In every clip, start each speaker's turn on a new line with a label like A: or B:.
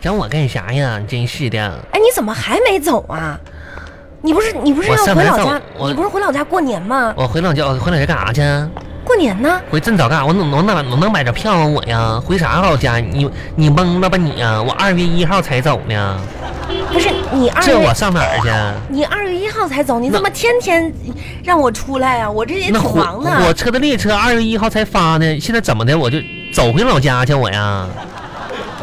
A: 找我干啥呀？真是的，
B: 啊哎，你怎么还没走啊？你不是你不是
A: 我
B: 要
A: 上
B: 回
A: 门
B: 老
A: 走
B: 家？
A: 我
B: 你不是回老家过年吗？
A: 我回老家，我回老家干啥去？啊
B: 过年呢？
A: 回镇早干啥？我能能哪能能买着票啊我呀？回啥老家？你你懵了吧你呀、我二月一号才走呢，
B: 不是你二
A: 这
B: 月
A: 我上哪儿去？啊
B: 你二月一号才走，你
A: 那
B: 怎么天天让我出来啊？我这也
A: 那
B: 挺
A: 火
B: 忙
A: 火
B: 的。
A: 车的列车二月一号才发呢，现在怎么的我就走回老家去我呀？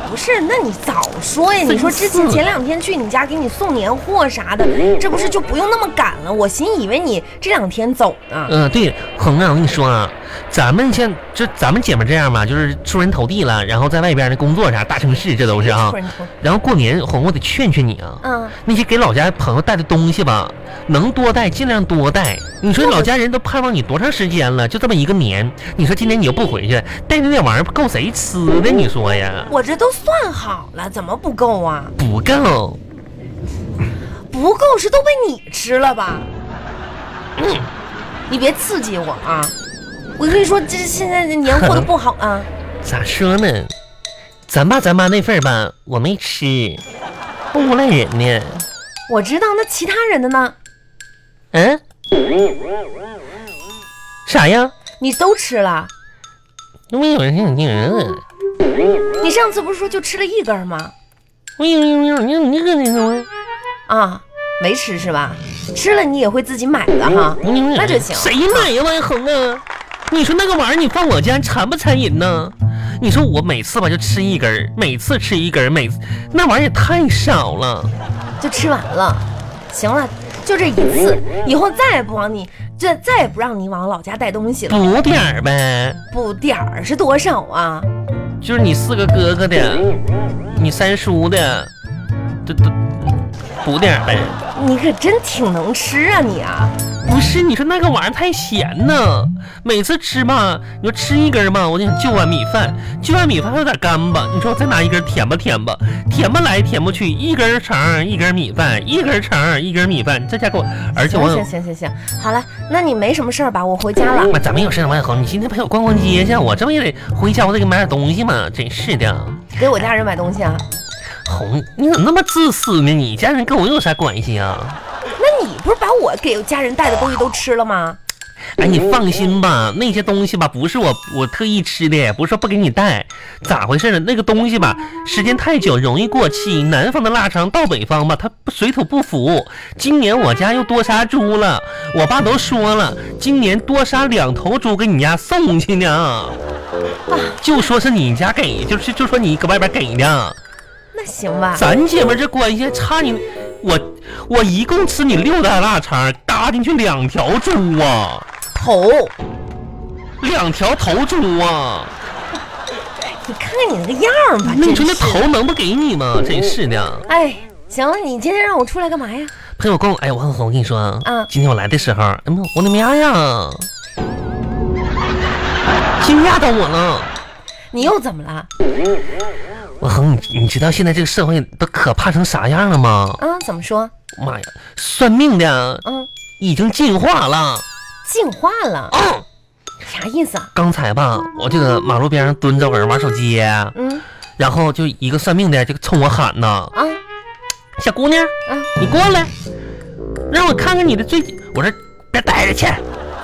B: 不是，那你早说呀！
A: 真
B: 你说之前
A: 是
B: 前两天去你家给你送年货啥的，这不是就不用那么赶了？我心以为你这两天走呢。
A: 嗯、对，红啊，我跟你说啊，咱们现就咱们姐们这样吧，就是出人头地了，然后在外边的工作啥，大城市这都是啊
B: 突。然说
A: 然后过年红，我得劝劝你啊，
B: 嗯，
A: 那些给老家朋友带的东西吧，能多带尽量多带。你说老家人都盼望你多长时间了，就这么一个年，你说今年你又不回去，带那点玩意儿够谁吃的？你说呀，
B: 我这都算好了，怎么不够啊？
A: 不够。
B: 不够是都被你吃了吧？你别刺激我啊！我跟你说，这现在的年货都不好啊。
A: 咋说呢？咱爸咱妈那份儿吧，我没吃，不赖人呢。
B: 我知道，那其他人的呢？
A: 嗯？啥呀？
B: 你都吃了？
A: 没有人想听人。
B: 你上次不是说就吃了一根吗？
A: 没有没有，你你个那什么？
B: 啊，没吃是吧？吃了你也会自己买的哈，那就行。
A: 嗯谁买呀，王一恒啊？你说那个玩意儿，你放我家馋不馋人呢？你说我每次吧就吃一根儿，每次吃一根儿，每次那玩意儿也太少了。
B: 就吃完了，行了，就这一次，以后再也不往你这再也不让你往老家带东西了。
A: 补点儿呗，
B: 补点儿是多少啊？
A: 就是你四个哥哥的，你三叔的，这都补点儿呗。
B: 你可真挺能吃啊你啊！
A: 不是，你说那个玩意儿太咸呢，每次吃吧，你说吃一根儿吧，我就想就碗米饭，就碗米饭还有点干巴，你说我再拿一根儿舔吧舔吧，舔吧来舔不去，一根儿肠儿一根儿米饭，一根儿肠儿一根儿米饭，哎这家给我，而且
B: 行
A: 我有
B: 行行行行，好了，那你没什么事儿吧？我回家了。
A: 妈，咱们有事儿吗？王小红，你今天陪我逛逛街去，我这不也得回家，我得给买点东西嘛，真是的。
B: 给我家人买东西啊？
A: 红，你怎么那么自私呢？你家人跟我有啥关系啊？
B: 那你不是把我给家人带的东西都吃了吗？
A: 哎，你放心吧，那些东西吧，不是我我特意吃的，不是说不给你带，咋回事呢？那个东西吧，时间太久容易过期，南方的腊肠到北方吧，它不水土不服。今年我家又多杀猪了，我爸都说了，今年多杀两头猪给你家送去呢，就说是你家给，就是就说你搁外边给的。
B: 那行吧，
A: 咱姐们这关系差你，我我一共吃你六袋腊肠，搭进去两条猪啊，
B: 头，
A: 两条头猪啊！
B: 你看看你那个样儿吧，
A: 那你说
B: 真
A: 那
B: 是
A: 头能不给你吗？真是的，
B: 哎，行了，你今天让我出来干嘛呀？
A: 朋友跟我，哎，王小红，我跟你说啊
B: 嗯
A: 今天我来的时候，哎妈，我的妈呀，惊讶到我了。
B: 你又怎么了？
A: 王恒，你你知道现在这个社会都可怕成啥样了吗？
B: 啊，怎么说？
A: 妈呀，算命的
B: 嗯，
A: 已经进化了。
B: 进化了，
A: 嗯
B: 啥意思啊？
A: 刚才吧，我这个马路边上蹲着，搁这玩手机，
B: 嗯
A: 然后就一个算命的就冲我喊呐
B: 啊：“
A: 小姑娘，
B: 啊，
A: 你过来，让我看看你的最……”我说：“别待着去，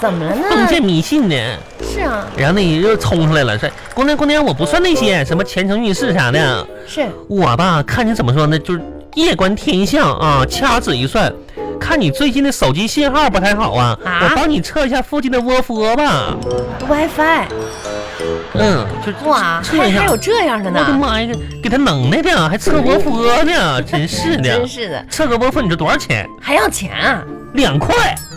B: 怎么了
A: 封
B: 呢？
A: 建迷信呢。
B: 是啊，”
A: 然后那人就冲出来了，说：“姑娘，姑娘，我不算那些什么前程运势啥的，
B: 是
A: 我吧看你怎么说呢，就是夜观天象啊，掐指一算，看你最近的手机信号不太好啊，
B: 啊
A: 我帮你测一下附近的窝佛吧。
B: WiFi，
A: 嗯，就
B: 哇，
A: 测
B: 还
A: 一下
B: 还。”有这样的
A: 我的
B: 呢，
A: 妈呀，给他能耐的，还测窝佛呢，真是的
B: 真。是的，
A: 测个窝佛你这多少钱？
B: 还要钱啊？
A: 两块！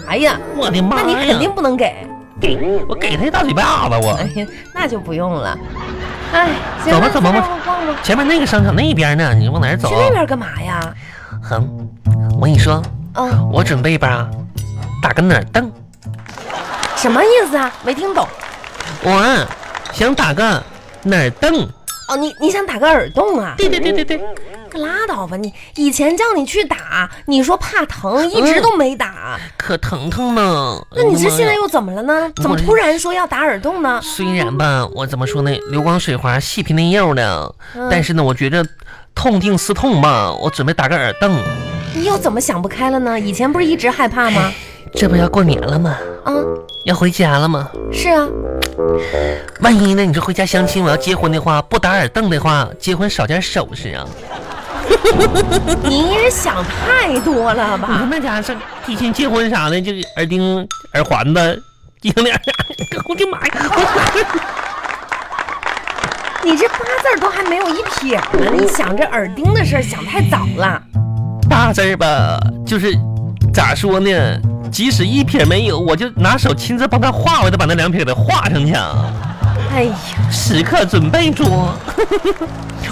B: 哎呀，
A: 我的
B: 那
A: 妈
B: 你肯
A: 呀！
B: 定不能给。
A: 给我给他一大嘴巴子！我
B: 哎呀，那就不用了。哎，行
A: 走吧
B: 了，
A: 走
B: 咱
A: 吧吧
B: 俩我逛逛。
A: 前面那个商场那边呢，你往哪儿走
B: 去？那边干嘛呀？
A: 哼，我跟你说，
B: 嗯，
A: 我准备吧，打个哪儿凳？
B: 什么意思啊？没听懂。
A: 我啊想打个哪儿凳？
B: 哦，你你想打个耳洞啊？
A: 对对对对对，
B: 拉倒吧你！以前叫你去打，你说怕疼，一直都没打。
A: 可疼疼呢。
B: 那你这
A: 哎呀妈呀
B: 现在又怎么了呢？怎么突然说要打耳洞呢？
A: 虽然吧，我怎么说呢，流光水滑、细皮嫩肉的，
B: 嗯
A: 但是呢，我觉着痛定思痛吧，我准备打个耳洞。
B: 你又怎么想不开了呢？以前不是一直害怕吗？
A: 这不要过年了吗？
B: 啊，
A: 要回家了吗？
B: 是啊，
A: 万一呢？你说回家相亲，我要结婚的话，不打耳洞的话，结婚少件首饰啊。
B: 你也想太多了
A: 你说
B: 吧？
A: 那家是提前结婚啥的，这个耳钉、耳环子、金链啥的，我的妈 呀！
B: 你这八字儿都还没有一撇呢，你想这耳钉的事儿想太早了。
A: 大字儿吧，就是咋说呢？即使一撇没有，我就拿手亲自帮他画，我得把那两撇给画上去啊，
B: 哎呀，
A: 时刻准备 住。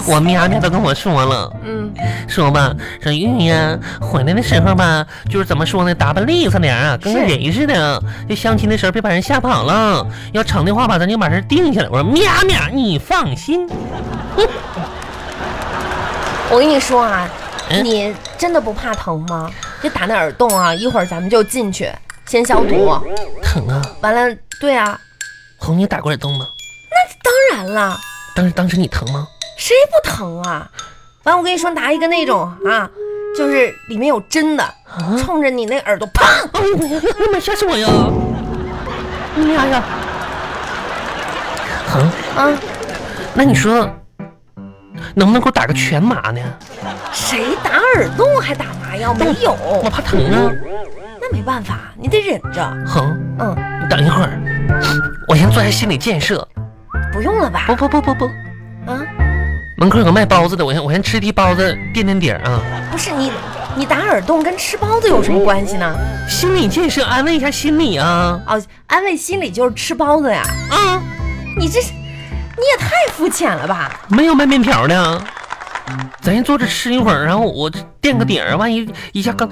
A: 我喵喵都跟我说了，
B: 嗯，
A: 说吧，说玉呀，回来的时候吧，就是怎么说呢，打扮利索点儿啊，跟个
B: 是
A: 人似的。就相亲的时候别把人吓跑了，要成的话吧，咱就把人定下来。我说喵喵，你放心，
B: 我跟你说啊，
A: 嗯
B: 你真的不怕疼吗？这打那耳洞啊，一会儿咱们就进去，先消毒。
A: 疼啊！
B: 完了，对啊，
A: 红，你打过耳洞吗？
B: 当然了，
A: 当时当时你疼吗？
B: 谁不疼啊？完，我跟你说，拿一个那种啊，就是里面有针的，
A: 啊
B: 冲着你那耳朵砰，
A: 哎呦哎呀妈，吓死我呀！妈呀！啊，
B: 啊，
A: 那你说能不能给我打个全麻呢？
B: 谁打耳洞还打麻药？没有，
A: 我怕疼啊！
B: 那没办法，你得忍着。
A: 哼，
B: 嗯，
A: 你等一会儿，我先做一下心理建设。
B: 不用了吧
A: 不？不不不不，
B: 啊，
A: 门口有个卖包子的，我先我先吃屉包子垫垫底儿啊。
B: 不是你，你打耳洞跟吃包子有什么关系呢？
A: 心理建设，安慰一下心理啊
B: 哦，安慰心理就是吃包子呀。
A: 啊！
B: 你这是，你也太肤浅了吧？
A: 没有卖面条的，咱先坐这吃一会儿，然后我垫个底儿，万一一下刚，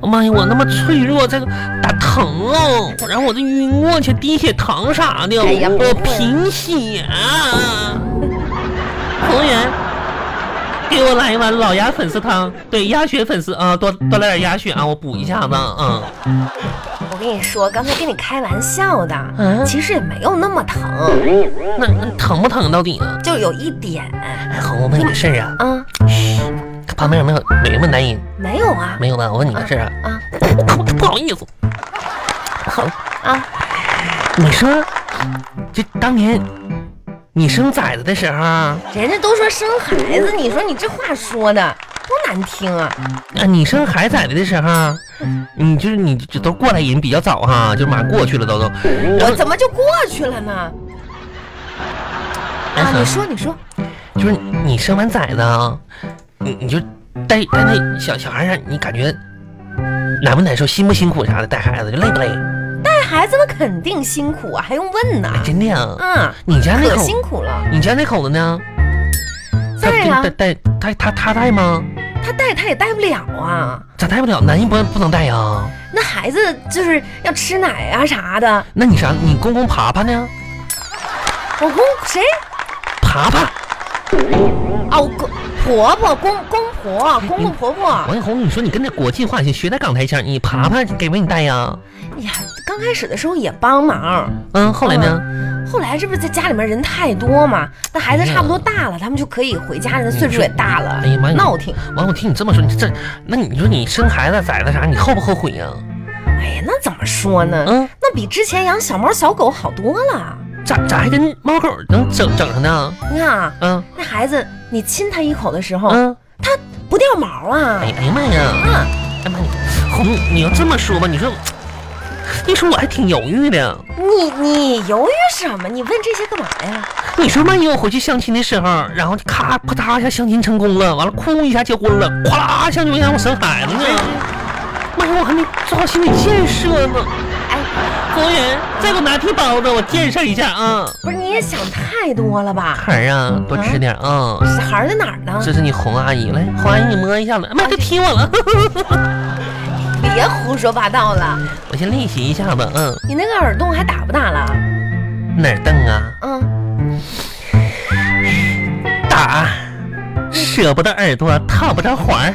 A: 妈呀，我那么脆弱，这个打疼哦，然后我这晕过去，低血糖啥的，
B: 哎呀不
A: 我
B: 会
A: 贫血、啊。服务员，给我来一碗老鸭粉丝汤，对，鸭血粉丝啊，多多来点鸭血啊，我补一下子啊。
B: 我跟你说，刚才跟你开玩笑的，
A: 嗯
B: 其实也没有那么疼，
A: 那那疼不疼到底啊？
B: 就有一点
A: 哎，红，我问你个事儿啊，
B: 啊，
A: 旁边有没有有没有男人？
B: 没有啊
A: 没有吧？我问你个事儿啊。
B: 啊
A: 不好意思。好，
B: 啊！
A: 你说，这当年你生崽子的时候，啊，
B: 人家都说生孩子，你说你这话说的多难听啊！
A: 你生孩崽子的时候，你就是你这都过来人比较早哈、就马上过去了都都。呃然
B: 我
A: 后
B: 怎么就过去了呢？
A: 嗯
B: 啊，你说你说，
A: 就是你生完崽子啊，你你就带带那小小孩儿，啊你感觉难不难受，辛不辛苦啥的，带孩子就累不累？
B: 带孩子们肯定辛苦啊，还用问呢？
A: 真的啊，
B: 啊，
A: 你家那
B: 可
A: 口，
B: 辛苦了。
A: 你家那口子呢？他
B: 在啊
A: 带，带他他他带吗？
B: 他带他也带不了啊。
A: 咋带不了？男人不不能带啊？
B: 那孩子就是要吃奶啊啥的，
A: 那你啥？你公公爬爬呢？
B: 我公谁
A: 爬爬！
B: 啊？我公婆婆公公婆公公婆婆。
A: 王一红，你说你跟那国际化，你学点港台腔，你爬爬给不给你带呀？
B: 哎呀，刚开始的时候也帮忙，
A: 嗯，后来呢？
B: 后来这不是在家里面人太多嘛，那孩子差不多大了，他们就可以回家了，岁数也大了，
A: 哎呀妈呀
B: 闹挺。
A: 完，我听你这么说，你这，那你说你生孩子、崽子啥，你后不后悔呀？
B: 哎呀，那怎么说呢？
A: 嗯，
B: 那比之前养小猫小狗好多了。
A: 咋咋还跟猫狗能整整上呢？
B: 你看啊，
A: 嗯
B: 那孩子，你亲他一口的时候，
A: 嗯，
B: 他不掉毛啊
A: 哎。呀哎呀妈呀！
B: 啊，
A: 哎妈，你红，你要这么说吧，你说，一说我还挺犹豫的。
B: 你你犹豫什么？你问这些干嘛呀？
A: 你说万一我回去相亲的时候，然后咔啪嗒一下相亲成功了，完了哭一下结婚了，咵啦相亲让我生孩子呢，妈呀，我还没做好心理建设呢。
B: 哎，
A: 服务员，再给我拿屉包子，我建设一下啊。
B: 不是你也想太多了吧？
A: 孩儿啊，多吃点啊。
B: 小孩儿在哪儿呢？
A: 这是你红阿姨，来，红阿姨你摸一下子，哎妈，这踢我了，
B: 别胡说八道了，
A: 我先练习一下子，嗯，
B: 你那个耳洞还打不打了？
A: 哪儿蹬啊？
B: 嗯，
A: 打，舍不得耳朵套不着环儿，